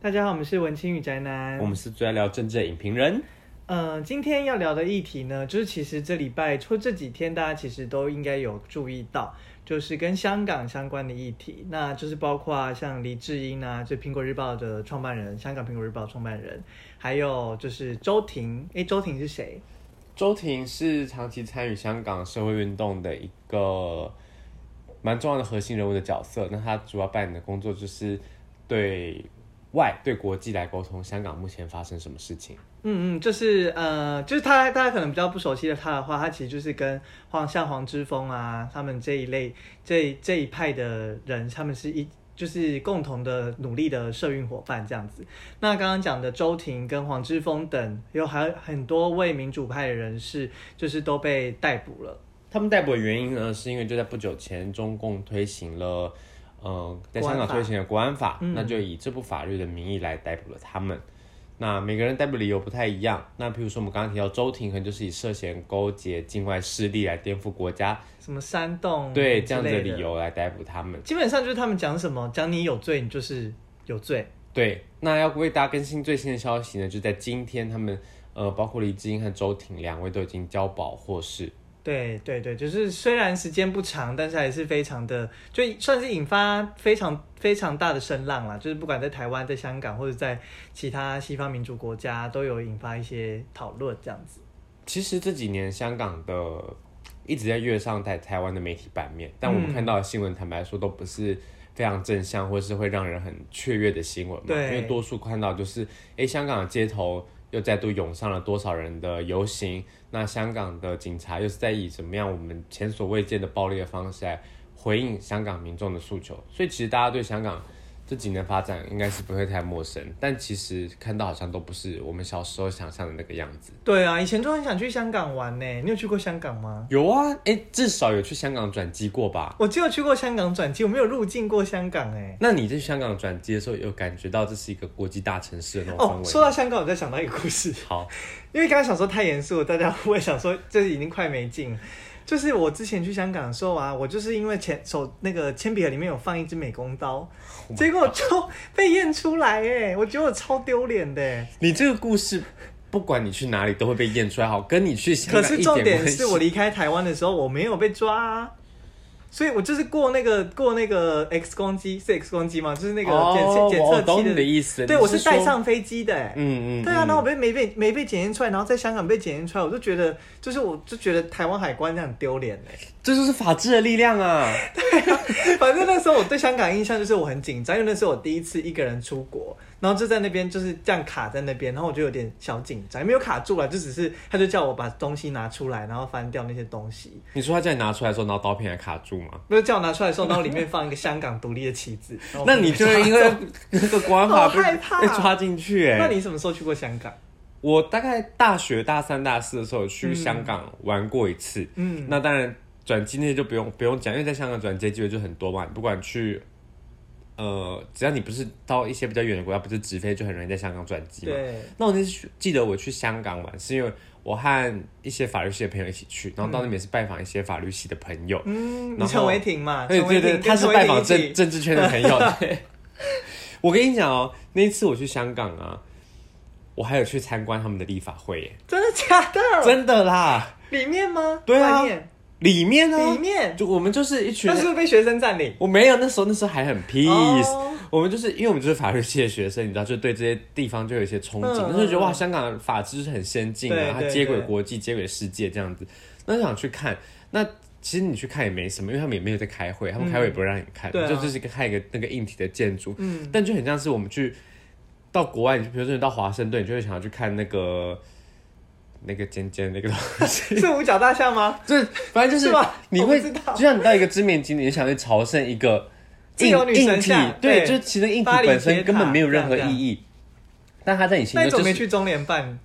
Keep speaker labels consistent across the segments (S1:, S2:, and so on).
S1: 大家好，我们是文青与宅男。
S2: 我们是最爱聊政治的影评人，
S1: 嗯、今天要聊的议题呢，就是其实这礼拜或这几天，大家其实都应该有注意到，就是跟香港相关的议题，那就是包括像黎智英啊，就苹果日报的创办人，香港苹果日报创办人，还有就是周婷，诶，周婷是谁？
S2: 周婷是长期参与香港社会运动的一个蛮重要的核心人物的角色。那她主要扮演的工作就是对外、对国际来沟通香港目前发生什么事情。
S1: 嗯嗯，就是呃，就是他，大家可能比较不熟悉的他的话，他其实就是跟黄像黄之锋啊，他们这一类这这一派的人，他们是一就是共同的努力的社运伙伴这样子。那刚刚讲的周婷跟黄之锋等，有还有很多位民主派的人士，就是都被逮捕了。
S2: 他们逮捕的原因呢，是因为就在不久前，中共推行了，呃，在香港推行了国安法，嗯那就以这部法律的名义来逮捕了他们。那每个人逮捕理由不太一样。那譬如说，我们刚刚提到周庭，可能就是以涉嫌勾结境外势力来颠覆国家，
S1: 什么煽动
S2: 啊对
S1: 之
S2: 这样子的
S1: 类
S2: 理，由来逮捕他们。
S1: 基本上就是他们讲什么，讲你有罪，你就是有罪。
S2: 对，那要为大家更新最新的消息呢，就在今天，他们呃，包括黎智英和周庭两位都已经交保获释。
S1: 对对对，就是虽然时间不长，但是还是非常的，就算是引发非常非常大的声浪啦。就是不管在台湾、在香港或者在其他西方民主国家，都有引发一些讨论这样子。
S2: 其实这几年香港的一直在跃上台台湾的媒体版面，但我们
S1: 嗯
S2: 看到的新闻，坦白说都不是非常正向，或是会让人很雀跃的新闻嘛。
S1: 对
S2: 因为多数看到就是，诶，香港的街头又再度涌上了多少人的游行，那香港的警察又是在以怎么样我们前所未见的暴力的方式来回应香港民众的诉求。所以其实大家对香港。这几年发展应该是不会太陌生，但其实看到好像都不是我们小时候想象的那个样子。
S1: 对啊，以前都很想去香港玩呢。你有去过香港吗？
S2: 有啊，哎、至少有去香港转机过吧？
S1: 我只有去过香港转机，我没有入境过香港哎。
S2: 那你在香港转机的时候，有感觉到这是一个国际大城市的那种氛围
S1: 哦，
S2: 吗？
S1: 说到香港，我再想到一个故事。
S2: 好，
S1: 因为刚刚想说太严肃了，大家会不会想说这已经快没劲了？就是我之前去香港的时候啊，我就是因为铅手那个铅笔盒里面有放一支美工刀，结果就被验出来哎，我觉得我超丢脸的哎。
S2: 你这个故事，不管你去哪里都会被验出来，好，跟你去香
S1: 可
S2: 港
S1: 是
S2: 一
S1: 重
S2: 点
S1: 点
S2: 关系
S1: 是我离开台湾的时候我没有被抓、啊，所以我就是过那个过那个 X 光机是 X 光机吗？就是那个检测、
S2: 哦
S1: 检
S2: 我
S1: 测
S2: 懂
S1: 器
S2: 你的意思，
S1: 对
S2: 你
S1: 我是带
S2: 说，
S1: 上飞机的哎。
S2: 嗯嗯，
S1: 对啊，
S2: 嗯
S1: 那我被没被没被检验出来，然后在香港被检验出来，我就觉得，就是我就觉得台湾海关这样很丢脸哎。
S2: 这就是法治的力量啊！
S1: 反正那时候我对香港印象就是我很紧张，因为那是我第一次一个人出国，然后就在那边就是这样卡在那边，然后我就有点小紧张，没有卡住了，就只是他就叫我把东西拿出来，然后翻掉那些东西，
S2: 你说他叫你拿出来的时候，然后刀片还卡住吗？
S1: 不是叫我拿出来的时候，然后里面放一个香港独立的旗子。然后
S2: 那你就会因为那个 国安
S1: 好
S2: 法
S1: 害
S2: 被
S1: 怕
S2: 被抓进去、哎，
S1: 那你什么时候去过香港？
S2: 我大概大学大三、大四的时候有去香港玩过一次，
S1: 嗯
S2: 嗯，那当然转机那些就不用不用讲，因为在香港转机机会就很多嘛，你不管去，呃，只要你不是到一些比较远的国家，不是直飞，就很容易在香港转机嘛。
S1: 对，
S2: 那我那次去记得我去香港玩，是因为我和一些法律系的朋友一起去，然后到那边也是拜访一些法律系的朋友，
S1: 嗯，你
S2: 然后
S1: 陈伟霆嘛，
S2: 对
S1: 陈
S2: 对
S1: 伟霆
S2: 对，
S1: 跟
S2: 他是
S1: 陈伟
S2: 拜
S1: 霆
S2: 访
S1: 一
S2: 政
S1: 起
S2: 政治圈的朋 友。对，我跟你讲哦，那一次我去香港啊，我还有去参观他们的立法会耶，
S1: 真的假的？
S2: 真的啦，
S1: 里面吗？
S2: 对啊
S1: 外面
S2: 里面呢、
S1: 里面
S2: 就我们就是一群
S1: 那，是不是被学生占 领？
S2: 我没有那时候那时候还很 peace，、
S1: 哦
S2: 我们就是因为我们就是法律系的学生，你知道，就对这些地方就有一些憧憬，
S1: 嗯
S2: 就是觉
S1: 嗯
S2: 得哇，香港的法治是很先进
S1: 对
S2: 啊，它
S1: 对
S2: 接轨
S1: 对
S2: 国际、接轨世界这样子，那就想去看那。其实你去看也没什么，因为他们也没有在开会，他们开会也不会让你看，
S1: 对啊
S2: 就就是一个看一个那个硬体的建筑，
S1: 嗯
S2: 但就很像是我们去到国外，你比如说你到华盛顿，你就会想要去看那个那个尖尖那个东西，
S1: 是五角大厦吗？
S2: 就是反正就是是
S1: 吗
S2: 你
S1: 我不
S2: 会，
S1: 知道
S2: 就像你到一个知名景点，你想去朝圣一 个
S1: 自
S2: 硬
S1: 由女神
S2: 硬体
S1: 像，
S2: 对，
S1: 对
S2: 就是其实硬体
S1: 巴黎
S2: 本
S1: 铁
S2: 身根本
S1: 塔
S2: 没有任
S1: 这
S2: 何
S1: 样
S2: 意义，但它在你心
S1: 那
S2: 中
S1: 你怎
S2: 就
S1: 么没
S2: 是
S1: 去中联办？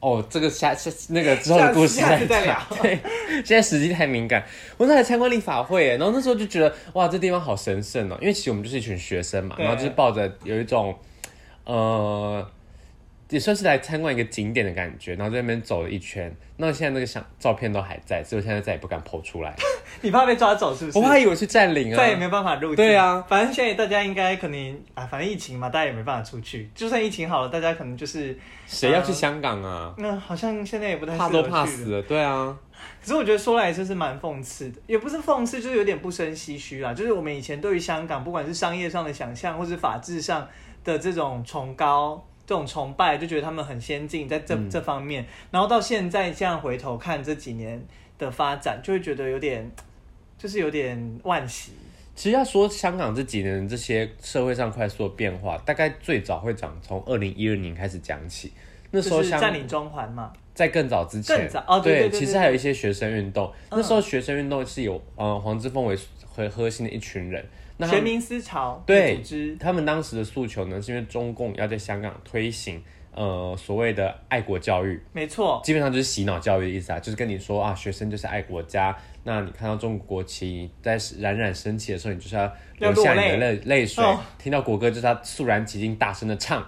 S2: 哦，这个下下那个之后的故事
S1: 下次
S2: 再
S1: 下次
S2: 讲对，现在时机太敏感。我那还参观立法会耶，然后那时候就觉得哇，这地方好神圣哦，因为其实我们就是一群学生嘛，
S1: 对
S2: 然后就是抱着有一种呃，也算是来参观一个景点的感觉，然后在那边走了一圈。那现在那个相照片都还在，所以我现在再也不敢剖出来。
S1: 你怕被抓走是不是？
S2: 我还以为是占领啊，
S1: 再也没办法入境。
S2: 对啊，
S1: 反正现在大家应该可能啊，反正疫情嘛，大家也没办法出去。就算疫情好了，大家可能就是
S2: 谁要去香港啊？
S1: 那、好像现在也不太适合
S2: 怕
S1: 去
S2: 都怕死了，对啊，
S1: 可是我觉得说来就是蛮讽刺的，也不是讽刺，就是有点不胜唏嘘啦。就是我们以前对于香港，不管是商业上的想象，或是法治上的这种崇高、这种崇拜，就觉得他们很先进在
S2: 嗯
S1: 这、这方面。然后到现在这样回头看这几年的发展，就会觉得有点，就是有点惋惜。
S2: 其实要说香港这几年这些社会上快速的变化，大概最早会讲从二零一二年开始讲起，那时候
S1: 就是
S2: 香
S1: 占领中环嘛，
S2: 在更早之前，
S1: 更早哦对对对嗯
S2: 其实还有一些学生运动，那时候学生运动是有呃黄之锋为核核心的一群人，那他
S1: 全
S2: 们
S1: 民思潮
S2: 对
S1: 的组织，
S2: 他们当时的诉求呢，是因为中共要在香港推行呃所谓的爱国教育，
S1: 没错，
S2: 基本上就是洗脑教育的意思啊，就是跟你说啊，学生就是爱国家，那你看到中国国旗你在冉冉升起的时候，你就是要流下你的
S1: 要落
S2: 泪泪水，
S1: 哦嗯
S2: 听到国歌就是要肃然起敬，大声的唱。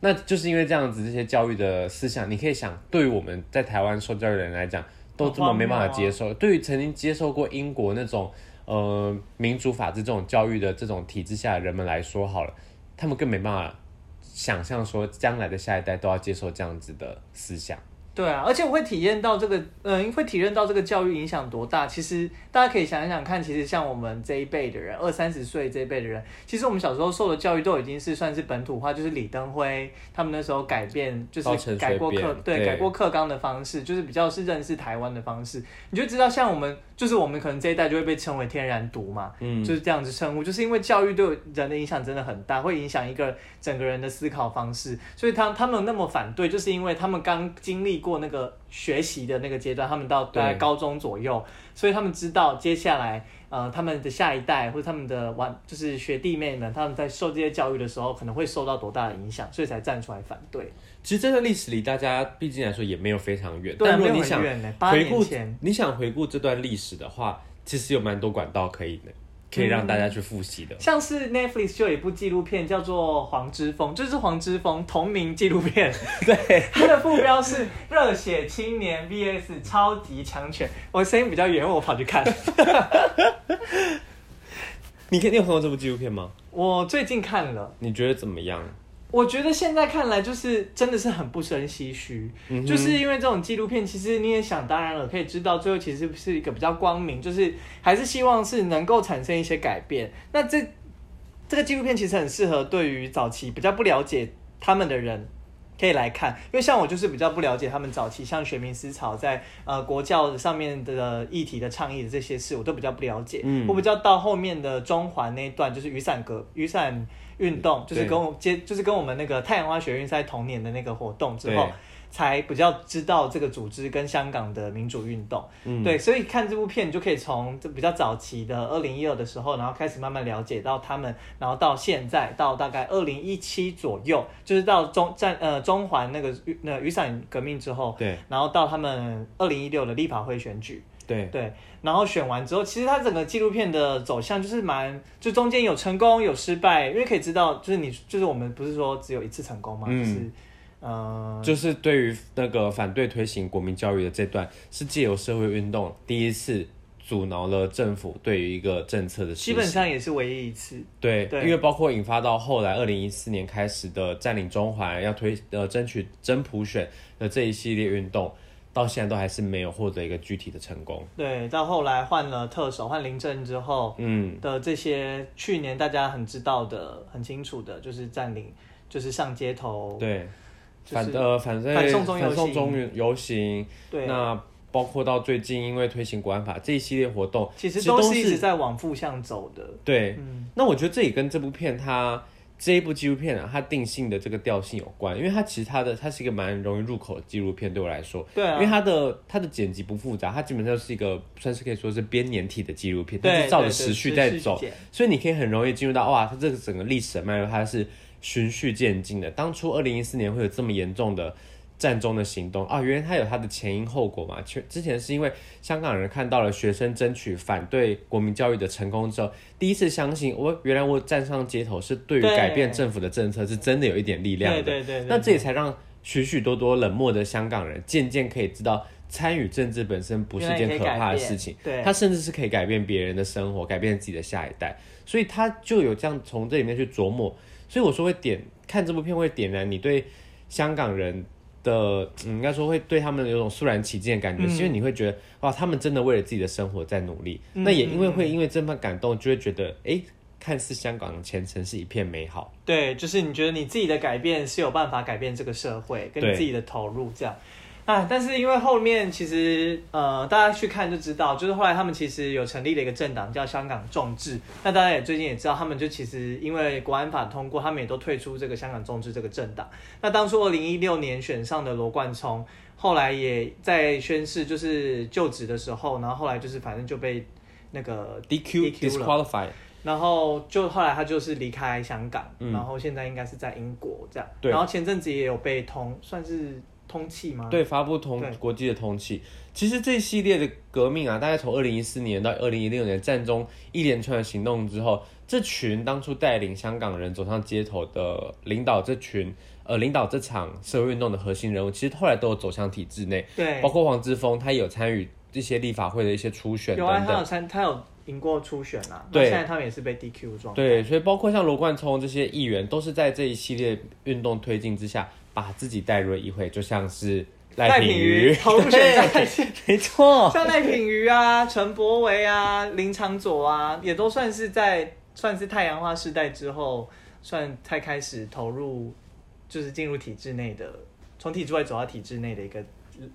S2: 那就是因为这样子，这些教育的思想，你可以想，对于我们在台湾受教育的人来讲，都这么没办法接受。对于曾经接受过英国那种呃民主法治这种教育的这种体制下的人们来说，好了，他们更没办法想象说将来的下一代都要接受这样子的思想。
S1: 对啊，而且我会体验到这个，嗯、会体验到这个教育影响多大。其实大家可以想一想看，其实像我们这一辈的人，二三十岁这一辈的人，其实我们小时候受的教育都已经是算是本土化，就是李登辉他们那时候改变，就
S2: 高层
S1: 是改过
S2: 随
S1: 课
S2: 便，
S1: 对，
S2: 对
S1: 改过课纲的方式，就是比较是认识台湾的方式。你就知道，像我们，就是我们可能这一代就会被称为天然独嘛，
S2: 嗯
S1: 就是这样子称呼，就是因为教育对人的影响真的很大，会影响一个整个人的思考方式。所以他他们那么反对，就是因为他们刚经历过那个学习的那个阶段，他们到
S2: 对
S1: 大概高中左右，所以他们知道接下来呃他们的下一代或者他们的晚就是学弟妹们，他们在受这些教育的时候，可能会受到多大的影响，所以才站出来反对。
S2: 其实这个历史离大家毕竟来说也没有非常远，
S1: 对啊，
S2: 但如
S1: 没
S2: 果
S1: 有
S2: 你
S1: 很
S2: 想
S1: 远呢，八
S2: 回
S1: 年
S2: 顾
S1: 前，
S2: 你想回顾这段历史的话，其实有蛮多管道可以的，可以让大家去复习 的。
S1: 像是 Netflix 就有一部纪录片叫做《黄之锋》，就是黄之锋同名纪录片。对，它的副标是“热血青年 VS 超级强权”。我声音比较远，我跑去看。
S2: 你肯定有看过这部纪录片吗？
S1: 我最近看了，
S2: 你觉得怎么样？
S1: 我觉得现在看来就是真的是很不生唏嘘，
S2: 嗯哼
S1: 就是因为这种纪录片，其实你也想当然了，可以知道最后其实是一个比较光明，就是还是希望是能够产生一些改变。那这这个纪录片其实很适合对于早期比较不了解他们的人。可以来看，因为像我就是比较不了解他们早期像学民思潮在呃国教上面的议题的倡议的这些事，我都比较不了解。
S2: 嗯
S1: 我比较到后面的中环那一段，就是雨伞革雨伞运动，就是
S2: 对
S1: 跟我接，就是跟我们那个太阳花学运赛同年的那个活动之后
S2: 对，
S1: 才比较知道这个组织跟香港的民主运动。
S2: 嗯
S1: 对，所以看这部片，你就可以从这比较早期的二零一二的时候，然后开始慢慢了解到他们，然后到现在到大概二零一七左右，就是到中战呃中环那个雨那雨伞革命之后，
S2: 对
S1: 然后到他们二零一六的立法会选举。
S2: 对，
S1: 对，然后选完之后，其实它整个纪录片的走向就是蛮，就中间有成功有失败，因为可以知道，就是你就是我们不是说只有一次成功嘛，就
S2: 嗯
S1: 是，呃，
S2: 就是对于那个反对推行国民教育的这段，是借由社会运动第一次阻挠了政府对于一个政策的实
S1: 基
S2: 施。
S1: 本上也是唯一一次，
S2: 对，
S1: 对
S2: 因为包括引发到后来二零一四年开始的占领中环，要推呃争取真普选的这一系列运动，到现在都还是没有获得一个具体的成功。
S1: 对，到后来换了特首，换林郑之后
S2: 嗯，
S1: 的这些，去年大家很知道的、很清楚的，就是占领，就是上街头，
S2: 对，
S1: 哦就是
S2: 反呃反正
S1: 反送中游行
S2: 反送中游行，
S1: 对，
S2: 那包括到最近因为推行国安法这一系列活动，
S1: 其实
S2: 哦都
S1: 都是一直在往负向走的，
S2: 对，
S1: 嗯
S2: 那我觉得这也跟这部片它这一部纪录片啊，它定性的这个调性有关，因为它其实它的它是一个蛮容易入口的纪录片，对我来说，
S1: 对啊
S2: 因为它的它的剪辑不复杂，它基本上是一个算是可以说是编年体的纪录片，但
S1: 对，
S2: 是照
S1: 对
S2: 着
S1: 对
S2: 时序在
S1: 去
S2: 走，
S1: 剪
S2: 所以你可以很容易进入到哇，它这个整个历史的脉络它是循序渐进的。当初二零一四年会有这么严重的战中的行动啊，原来它有它的前因后果嘛。全之前是因为香港人看到了学生争取反对国民教育的成功之后，第一次相信我原来我站上街头是对于
S1: 对
S2: 改变政府的政策是真的有一点力量的。
S1: 对对对对
S2: 那这也才让许许多多冷漠的香港人渐渐可以知道参与政治本身不是一
S3: 原来
S2: 件
S3: 可以
S2: 可
S3: 改
S2: 怕的
S3: 变
S2: 事情，
S1: 对
S2: 它甚至是可以改变别人的生活，改变自己的下一代，所以他就有这样从这里面去琢磨。所以我说会点看这部片会点燃你对香港人的，嗯、应该说会对他们有种肃然起敬的感觉，
S1: 嗯
S2: 是因为你会觉得哇，他们真的为了自己的生活在努力。
S1: 嗯
S2: 那也因为会因为这份感动，就会觉得哎、诶看似香港的前程是一片美好。
S1: 对，就是你觉得你自己的改变是有办法改变这个社会，跟你
S2: 对
S1: 自己的投入这样。啊，但是因为后面其实呃，大家去看就知道，就是后来他们其实有成立了一个政党叫香港众志。那大家也最近也知道，他们就其实因为国安法通过，他们也都退出这个香港众志这个政党。那当初二零一六年选上的罗冠聪，后来也在宣誓就是就职的时候，然后后来就是反正就被那个
S2: DQ
S1: DQ 了。
S2: disqualify，
S1: 然后就后来他就是离开香港，
S2: 嗯
S1: 然后现在应该是在英国这样。
S2: 对
S1: 然后前阵子也有被通，算是通气吗？
S2: 对，发布通
S1: 啊对
S2: 国际的通气。其实这一系列的革命啊，大概从二零一四年到二零一六年战中一连串的行动之后，这群当初带领香港人走上街头的领导，这群呃领导这场社会运动的核心人物，其实后来都有走向体制内，
S1: 对
S2: 包，括黄之锋，他也有参与这些立法会的一些初选
S1: 有
S2: 等
S1: 啊，他
S2: 等
S1: 有。参，他有赢过初选啊。那
S2: 对
S1: 现在他们也是被 DQ 状。
S2: 对，所以包括像罗冠聪这些议员，都是在这一系列运动推进之下，把自己带入了议会，就像是
S1: 赖
S2: 赖品
S1: 品妤
S2: 妤，
S1: 投入选战，
S2: 没错，
S1: 像赖品妤啊、陈柏维啊、林长佐啊，也都算是在算是太阳花时代之后，算才开始投入，就是进入体制内的，从体制外走到体制内的一个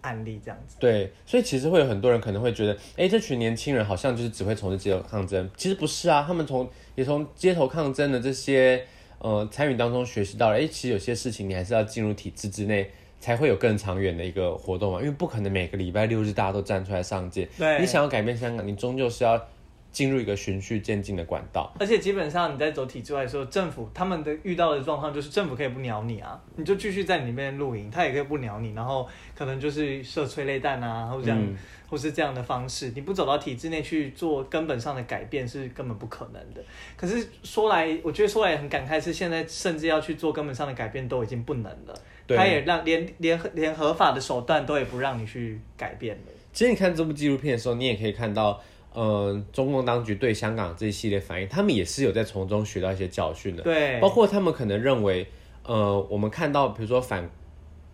S1: 案例这样子。
S2: 对，所以其实会有很多人可能会觉得，哎，这群年轻人好像就是只会从事街头抗争，其实不是啊，他们从也从街头抗争的这些呃参与当中学习到了，哎，其实有些事情你还是要进入体制之内。才会有更长远的一个活动嘛，因为不可能每个礼拜六日大家都站出来上街。
S1: 对
S2: 你想要改变香港，你终究是要进入一个循序渐进的管道。
S1: 而且基本上你在走体制外的时候，政府他们的遇到的状况就是政府可以不鸟你啊，你就继续在里面露营，他也可以不鸟你，然后可能就是射催泪弹啊，或者这样，
S2: 嗯
S1: 或是这样的方式，你不走到体制内去做根本上的改变是根本不可能的。可是说来，我觉得说来也很感慨，是现在甚至要去做根本上的改变都已经不能了，
S2: 对
S1: 他也让连连连合法的手段都也不让你去改变了。
S2: 其实你看这部纪录片的时候，你也可以看到，呃，中共当局对香港这一系列反应，他们也是有在从中学到一些教训的。
S1: 对
S2: 包括他们可能认为，呃，我们看到比如说反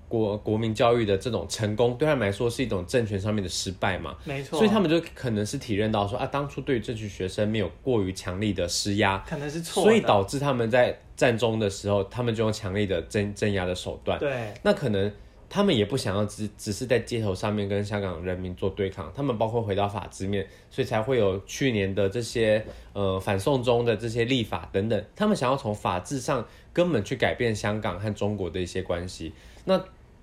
S2: 国国民教育的这种成功，对他们来说是一种政权上面的失败嘛。
S1: 没错，
S2: 所以他们就可能是体认到说啊，当初对于这群学生没有过于强力的施压，
S1: 可能是错的，
S2: 所以导致他们在战中的时候，他们就用强力的镇镇压的手段。
S1: 对。
S2: 那可能他们也不想要只只是在街头上面跟香港人民做对抗，他们包括回到法制面，所以才会有去年的这些呃反送中的这些立法等等，他们想要从法制上根本去改变香港和中国的一些关系。那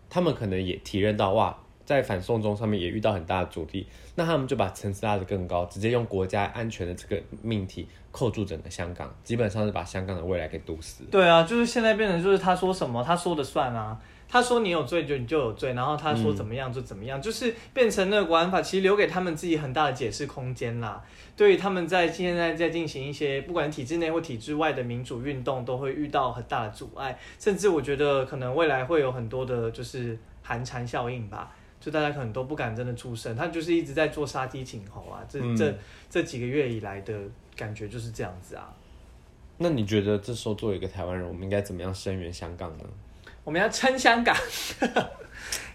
S2: 他们可能也体认到哇。在反送中上面也遇到很大的阻力，那他们就把层次拉得更高，直接用国家安全的这个命题扣住整个香港，基本上是把香港的未来给堵死。
S1: 对啊，就是现在变成就是他说什么，他说的算啊。他说你有罪就你就有罪，然后他说怎么样就怎么样，就是变成那个玩法，其实留给他们自己很大的解释空间啦。对于他们在现在在进行一些不管体制内或体制外的民主运动，都会遇到很大的阻碍，甚至我觉得可能未来会有很多的就是寒蝉效应吧。就大家可能都不敢真的出声，他就是一直在做杀鸡儆猴啊，这、
S2: 嗯
S1: 这这几个月以来的感觉就是这样子啊。
S2: 那你觉得这时候作为一个台湾人，我们应该怎么样声援香港呢？
S1: 我们要撑香港，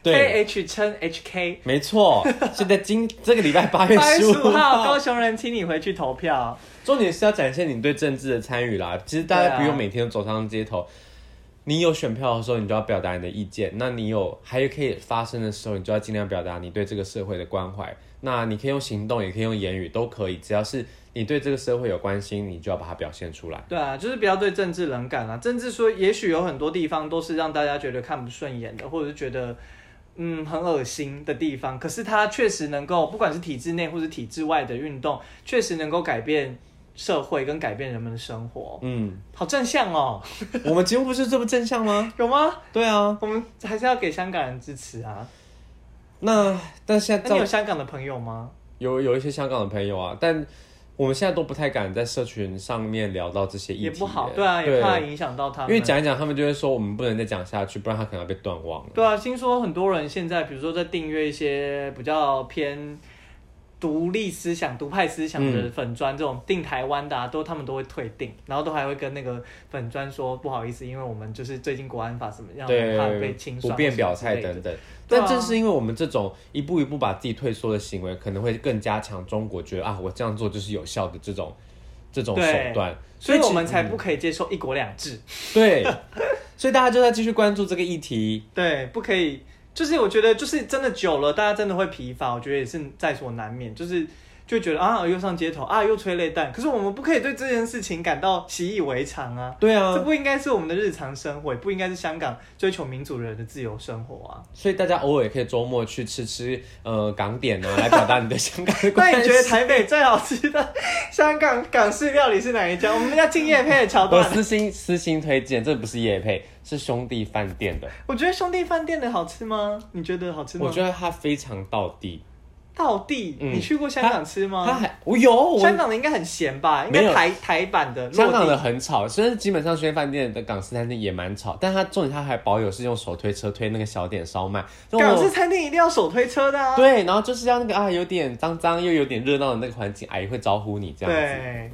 S2: 对，
S1: ，K H 撑 H K，
S2: 没错，是 在今这个礼拜八月
S1: 八月
S2: 十
S1: 十五
S2: 五
S1: 号，
S2: 号
S1: 高。雄人，请你回去投 票。
S2: 重点是要展现你对政治的参与啦。其实大
S1: 对
S2: 家
S1: 啊
S2: 不用每天都走上街头，你有选票的时候，你就要表达你的意见；那你有还有可以发声的时候，你就要尽量表达你对这个社会的关怀。那你可以用行动，也可以用言语，都可以，只要是你对这个社会有关心，你就要把它表现出来。
S1: 对啊，就是不要对政治冷感啊。政治说，也许有很多地方都是让大家觉得看不顺眼的，或者是觉得嗯很恶心的地方。可是它确实能够，不管是体制内或是体制外的运动，确实能够改变社会跟改变人们的生活。
S2: 嗯，
S1: 好正向哦，
S2: 我们节目不是这么正向吗？
S1: 有吗？
S2: 对啊，
S1: 我们还是要给香港人支持啊。
S2: 那但现在
S1: 那
S2: 照
S1: 你有香港的朋友吗？
S2: 有有一些香港的朋友啊，但我们现在都不太敢在社群上面聊到这些议题耶，
S1: 也不好，对啊，也怕影响到他
S2: 因
S1: 们。
S2: 为讲一讲，他们就会说我们不能再讲下去，不然他可能要被断网了。
S1: 对啊，听说很多人现在，比如说在订阅一些比较偏独立思想、独派思想
S2: 嗯
S1: 的粉砖，这种订台湾的、啊，都他们都会退订，然后都还会跟那个粉砖说不好意思，因为我们就是最近国安法什么样，怕被
S2: 对
S1: 清，
S2: 不
S1: 算
S2: 便表态
S1: 之类的。
S2: 等等。
S1: 对啊
S2: 但正是因为我们这种一步一步把自己退缩的行为，可能会更加强中国觉得啊，我这样做就是有效的这种这种手
S1: 对
S2: 段，
S1: 所以
S2: 其
S1: 我们才不可以接受一国两制，
S2: 对， 所以大家就在继续关注这个议题。
S1: 对，不可以。就是我觉得，就是真的久了，大家真的会疲乏，我觉得也是在所难免。就是就会觉得啊，又上街头啊，又催泪弹，可是我们不可以对这件事情感到习以为常啊。
S2: 对
S1: 这
S2: 啊，
S1: 不应该是我们的日常生活，也不应该是香港追求民主人的自由生活啊。
S2: 所以大家偶尔也可以周末去吃吃呃港点啊，来表达你对香港的
S1: 那
S2: 关
S1: 你
S2: 系
S1: 觉。得台北最好吃的香港港式料理是哪一家？我们要敬业配的桥
S2: 我
S1: 段。
S2: 私心私心推荐，这不是夜配，是兄弟饭店的。
S1: 我觉得兄弟饭店的好吃吗？你觉得好吃吗？
S2: 我觉得它非常到地。
S1: 到地，
S2: 嗯
S1: 你去过香港吃
S2: 它
S1: 吗？
S2: 还我有我
S1: 香港的应该很咸吧？应
S2: 没
S1: 该
S2: 有
S1: 台台版的落地
S2: 香港的很吵，虽然基本上轩饭店的港式餐厅也蛮吵，但它重点它还保有是用手推车推那个小点烧麦，那
S1: 港式
S2: 种
S1: 餐厅一定要手推车的啊。
S2: 对，然后就是要那个啊有点脏脏又有点热闹的那个环境，阿姨会招呼你这样子。
S1: 对，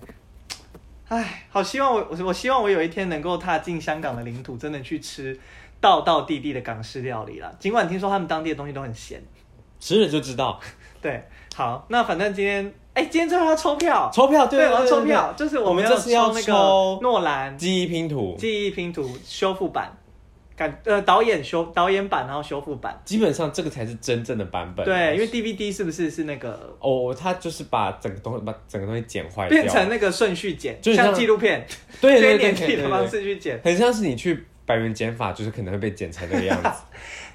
S1: 唉，好希望我我我希望我有一天能够踏进香港的领土，真的去吃道道地地的港式料理啦。尽管听说他们当地的东西都很咸。
S2: 吃了就知道，
S1: 对，好，那反正今天，哎，今天最后要抽票，
S2: 抽票对啊
S1: 对，我要抽
S2: 对
S1: 票，就是
S2: 我
S1: 们
S2: 们这次要
S1: 抽那
S2: 抽
S1: 个诺兰
S2: 记忆拼图，
S1: 记忆拼图修复版，感呃导演修导演版，然后修复版。
S2: 基本上这个才是真正的版本。啊
S1: 对，因为 DVD 是不是是那个
S2: 哦，他就是把整个东西把整个东西剪坏掉，
S1: 变成那个顺序剪，
S2: 就是
S1: 像
S2: 像
S1: 纪录片，
S2: 对
S1: 编
S2: 对对
S1: 年
S2: 对
S1: 体
S2: 对
S1: 的
S2: 对
S1: 方式去剪。
S2: 很像是你去百元剪法，就是可能会被剪成那个 样子。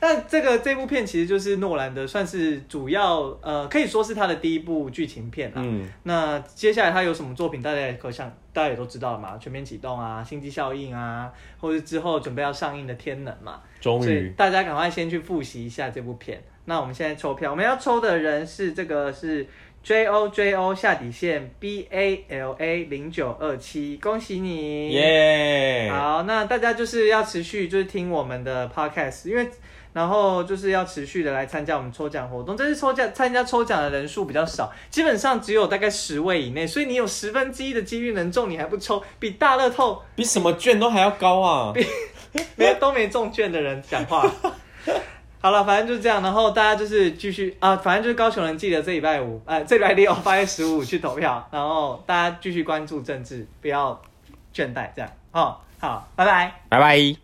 S1: 那这个这部片其实就是诺兰的，算是主要呃，可以说是他的第一部剧情片啦。
S2: 嗯，
S1: 那接下来他有什么作品，大家也可想，大家也都知道了嘛，《全面启动》啊，《星际效应》啊，或者之后准备要上映的《天能》嘛。
S2: 终
S1: 所以
S2: 于
S1: 大家赶快先去复习一下这部片。那我们现在抽票，我们要抽的人是这个是 J O J O 下底线 B A L A 零九二七，恭喜你！
S2: 耶！
S1: 好，那大家就是要持续就是听我们的 podcast，因为然后就是要持续的来参加我们抽奖活动。这次抽奖参加抽奖的人数比较少，基本上只有大概十位以内，所以你有十分之一的几率能中，你还不抽，比大乐透
S2: 比什么券都还要高啊！
S1: 没都没中券的人讲话。 好了，反正就是这样，然后大家就是继续啊，反正就是高雄人记得这礼拜五，呃，这礼拜六八月十五去投票，然后大家继续关注政治，不要倦怠，这样哦。好，拜拜。
S2: 拜拜。